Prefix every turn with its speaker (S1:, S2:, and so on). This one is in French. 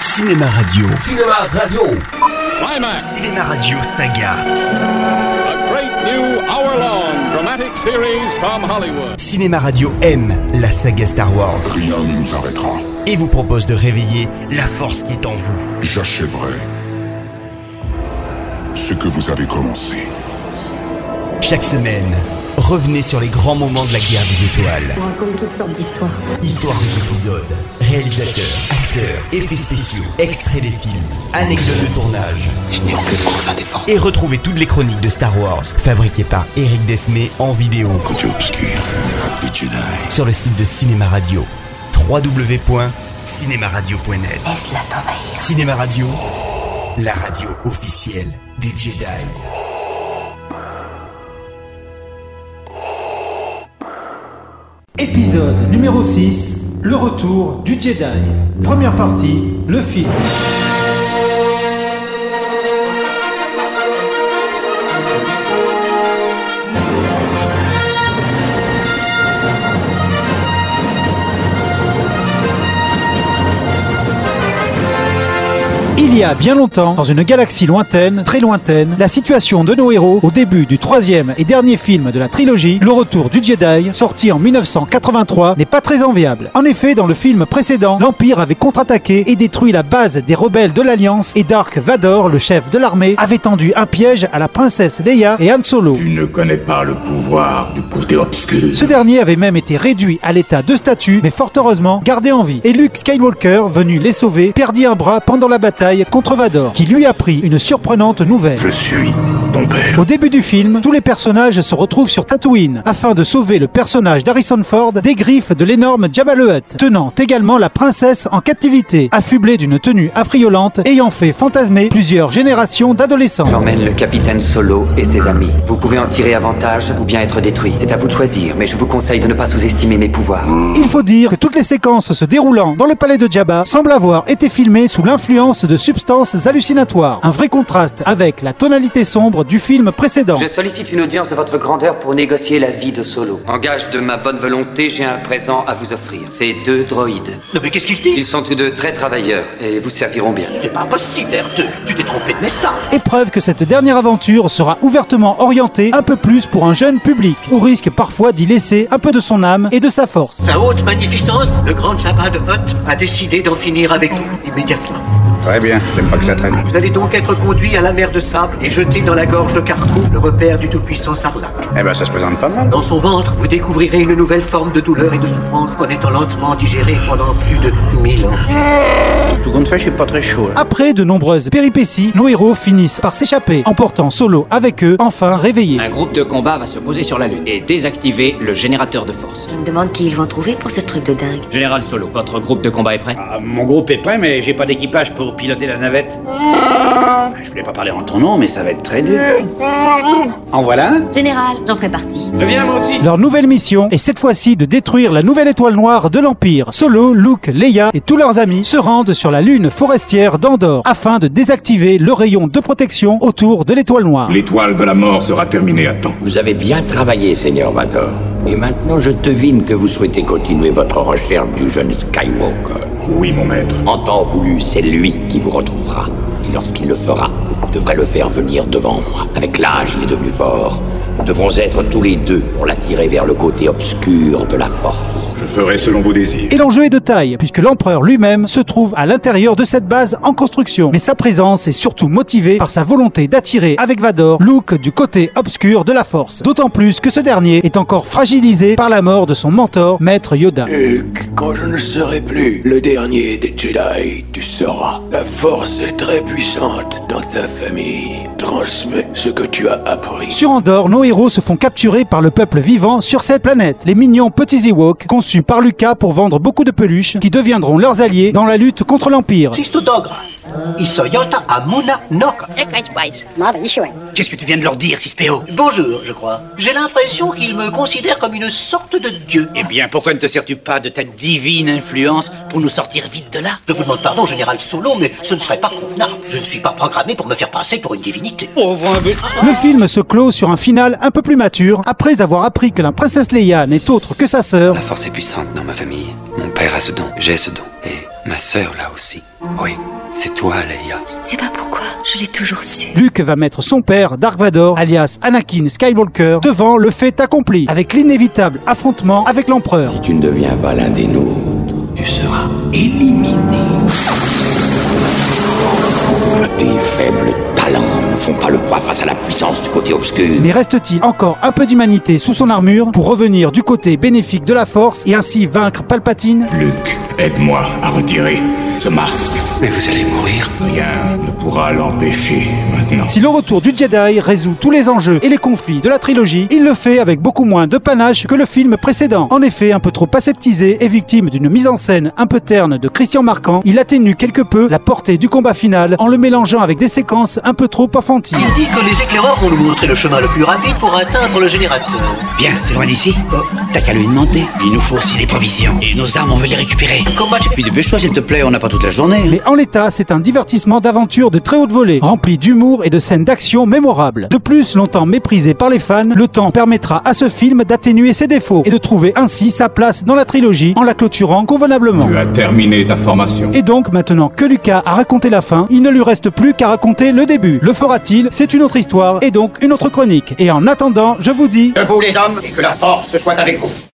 S1: Cinéma Radio.
S2: Cinéma Radio.
S3: Climax,
S1: Cinéma Radio Saga.
S3: a great new hour-long dramatic series from Hollywood.
S1: Cinéma Radio aime la saga Star Wars
S4: Rien ne nous arrêtera.
S1: et vous propose de réveiller la force qui est en vous.
S4: J'achèverai ce que vous avez commencé.
S1: Chaque semaine, revenez sur les grands moments de la guerre des étoiles.
S5: On raconte toutes sortes d'histoires.
S1: Histoire des épisodes, réalisateurs, acteurs, effets spéciaux, extraits des films, anecdotes de tournage. Et retrouvez toutes les chroniques de Star Wars fabriquées par Eric Desmé en vidéo
S4: Côté obscur, les Jedi.
S1: sur le site de Cinéma Radio. www.cinemaradio.net
S5: Laisse-la t'envahir.
S1: Cinéma Radio, la radio officielle des Jedi.
S6: Épisode numéro 6, le retour du Jedi. Première partie, le film. Il y a bien longtemps, dans une galaxie lointaine, très lointaine, la situation de nos héros au début du troisième et dernier film de la trilogie, Le Retour du Jedi, sorti en 1983, n'est pas très enviable. En effet, dans le film précédent, l'Empire avait contre-attaqué et détruit la base des rebelles de l'Alliance et Dark Vador, le chef de l'armée, avait tendu un piège à la princesse Leia et Han Solo.
S7: Tu ne connais pas le pouvoir du côté obscur.
S6: Ce dernier avait même été réduit à l'état de statue, mais fort heureusement gardé en vie. Et Luke Skywalker, venu les sauver, perdit un bras pendant la bataille contre Vador, qui lui apprit une surprenante nouvelle.
S7: Je suis ton père.
S6: Au début du film, tous les personnages se retrouvent sur Tatooine afin de sauver le personnage d'Harrison Ford des griffes de l'énorme Jabba le Hutt, tenant également la princesse en captivité, affublée d'une tenue affriolante ayant fait fantasmer plusieurs générations d'adolescents.
S8: J'emmène le capitaine Solo et ses amis. Vous pouvez en tirer avantage ou bien être détruit. C'est à vous de choisir, mais je vous conseille de ne pas sous-estimer mes pouvoirs.
S6: Il faut dire que toutes les séquences se déroulant dans le palais de Jabba semblent avoir été filmées sous l'influence de substances hallucinatoires, un vrai contraste avec la tonalité sombre du film précédent.
S8: Je sollicite une audience de votre grandeur pour négocier la vie de Solo. En gage de ma bonne volonté, j'ai un présent à vous offrir. Ces deux droïdes.
S9: Non mais qu'est-ce qu'il dit
S8: Ils sont tous deux très travailleurs et vous serviront bien.
S9: C'est pas possible, R2 Tu t'es trompé de message
S6: Et preuve que cette dernière aventure sera ouvertement orientée un peu plus pour un jeune public, au risque parfois d'y laisser un peu de son âme et de sa force.
S9: Sa haute magnificence, le grand Jabba de Hutt, a décidé d'en finir avec vous immédiatement.
S7: Très bien, j'aime pas que ça traîne.
S9: Vous allez donc être conduit à la mer de sable et jeté dans la gorge de Carco, le repère du tout-puissant Sarlacc.
S7: Eh ben, ça se présente pas mal.
S9: Dans son ventre, vous découvrirez une nouvelle forme de douleur et de souffrance en étant lentement digéré pendant plus de 1000 ans.
S7: Tout compte fait, je suis pas très chaud, là.
S6: Après de nombreuses péripéties, nos héros finissent par s'échapper, emportant Solo avec eux, enfin réveillé.
S10: Un groupe de combat va se poser sur la Lune et désactiver le générateur de force.
S5: Je me demande qui ils vont trouver pour ce truc de dingue.
S10: Général Solo, votre groupe de combat est prêt
S7: Ah, mon groupe est prêt, mais j'ai pas d'équipage pour piloter la navette. Je voulais pas parler en ton nom, mais ça va être très dur. En voilà
S5: Général, j'en ferai partie.
S8: Je viens moi aussi
S6: Leur nouvelle mission est cette fois-ci de détruire la nouvelle étoile noire de l'Empire. Solo, Luke, Leia et tous leurs amis se rendent sur la lune forestière d'Andorre afin de désactiver le rayon de protection autour de l'étoile noire.
S7: L'étoile de la mort sera terminée à temps.
S11: Vous avez bien travaillé, Seigneur Vador. Et maintenant, je devine que vous souhaitez continuer votre recherche du jeune Skywalker.
S7: Oui, mon maître.
S11: En temps voulu, c'est lui qui vous retrouvera. Et lorsqu'il le fera, vous devrez le faire venir devant moi. Avec l'âge, il est devenu fort. Nous devrons être tous les deux pour l'attirer vers le côté obscur de la force.
S7: Je ferai selon vos désirs.
S6: Et l'enjeu est de taille, puisque l'empereur lui-même se trouve à l'intérieur de cette base en construction. Mais sa présence est surtout motivée par sa volonté d'attirer avec Vador Luke du côté obscur de la force. D'autant plus que ce dernier est encore fragilisé par la mort de son mentor, Maître Yoda.
S4: Luke, quand je ne serai plus le dernier des Jedi, tu seras. La force est très puissante dans ta famille. Transmets ce que tu as appris.
S6: Sur Andorre, nos héros se font capturer par le peuple vivant sur cette planète, les mignons petits Ewoks, conçus par Lucas pour vendre beaucoup de peluches, qui deviendront leurs alliés dans la lutte contre l'Empire.
S9: Sistodogre Isoyota Amuna Eh, Nok
S7: Qu'est-ce que tu viens de leur dire, Cispéo
S9: Bonjour, je crois. J'ai l'impression qu'il me considère comme une sorte de dieu.
S7: Eh bien, pourquoi ne te sers-tu pas de ta divine influence pour nous sortir vite de là
S9: Je vous demande pardon, général Solo, mais ce ne serait pas convenable. Je ne suis pas programmé pour me faire passer pour une divinité.
S12: Oh.
S6: Le film se clôt sur un final un peu plus mature, après avoir appris que la princesse Leia n'est autre que sa sœur,
S8: La force est puissante dans ma famille. Mon père a ce don, j'ai ce don. Et Ma sœur là aussi. Oui, c'est toi, Leia.
S5: C'est pas pourquoi, je l'ai toujours su.
S6: Luke va mettre son père, Dark Vador, alias Anakin Skywalker, devant le fait accompli, avec l'inévitable affrontement avec l'empereur.
S11: Tu ne deviens pas l'un des nôtres. Tu seras éliminé. Tes faibles talents ne font pas le poids face à la puissance du côté obscur.
S6: Mais reste-t-il encore un peu d'humanité sous son armure pour revenir du côté bénéfique de la force et ainsi vaincre Palpatine
S2: Luc, aide-moi à retirer ce masque.
S8: Mais vous allez mourir.
S2: Rien ne pourra l'empêcher maintenant.
S6: Si le retour du Jedi résout tous les enjeux et les conflits de la trilogie, il le fait avec beaucoup moins de panache que le film précédent. En effet, un peu trop aseptisé et victime d'une mise en scène un peu terne de Christian Marquand, il atténue quelque peu la portée du combat final en le mélangeant avec des séquences un peu trop enfantines.
S9: Il dit que les éclaireurs vont nous montrer le chemin le plus rapide pour atteindre le générateur. Oh.
S12: Bien, c'est loin d'ici. T'as qu'à lui demander. Il nous faut aussi des provisions. Et nos armes, on veut les récupérer.
S9: Comment tu...
S12: Puis dépêche-toi, s'il te plaît, on n'a pas toute la journée. hein.
S6: Mais en l'état, c'est un divertissement d'aventure de très haute volée, rempli d'humour et de scènes d'action mémorables. De plus, longtemps méprisé par les fans, le temps permettra à ce film d'atténuer ses défauts et de trouver ainsi sa place dans la trilogie en la clôturant convenablement.
S2: Tu as terminé ta formation.
S6: Et donc, maintenant que Lucas a raconté la fin, il ne lui reste plus qu'à raconter le début. Le fera-t-il C'est une autre histoire et donc une autre chronique. Et en attendant, je vous dis...
S11: Debout les hommes, et que la force soit avec vous.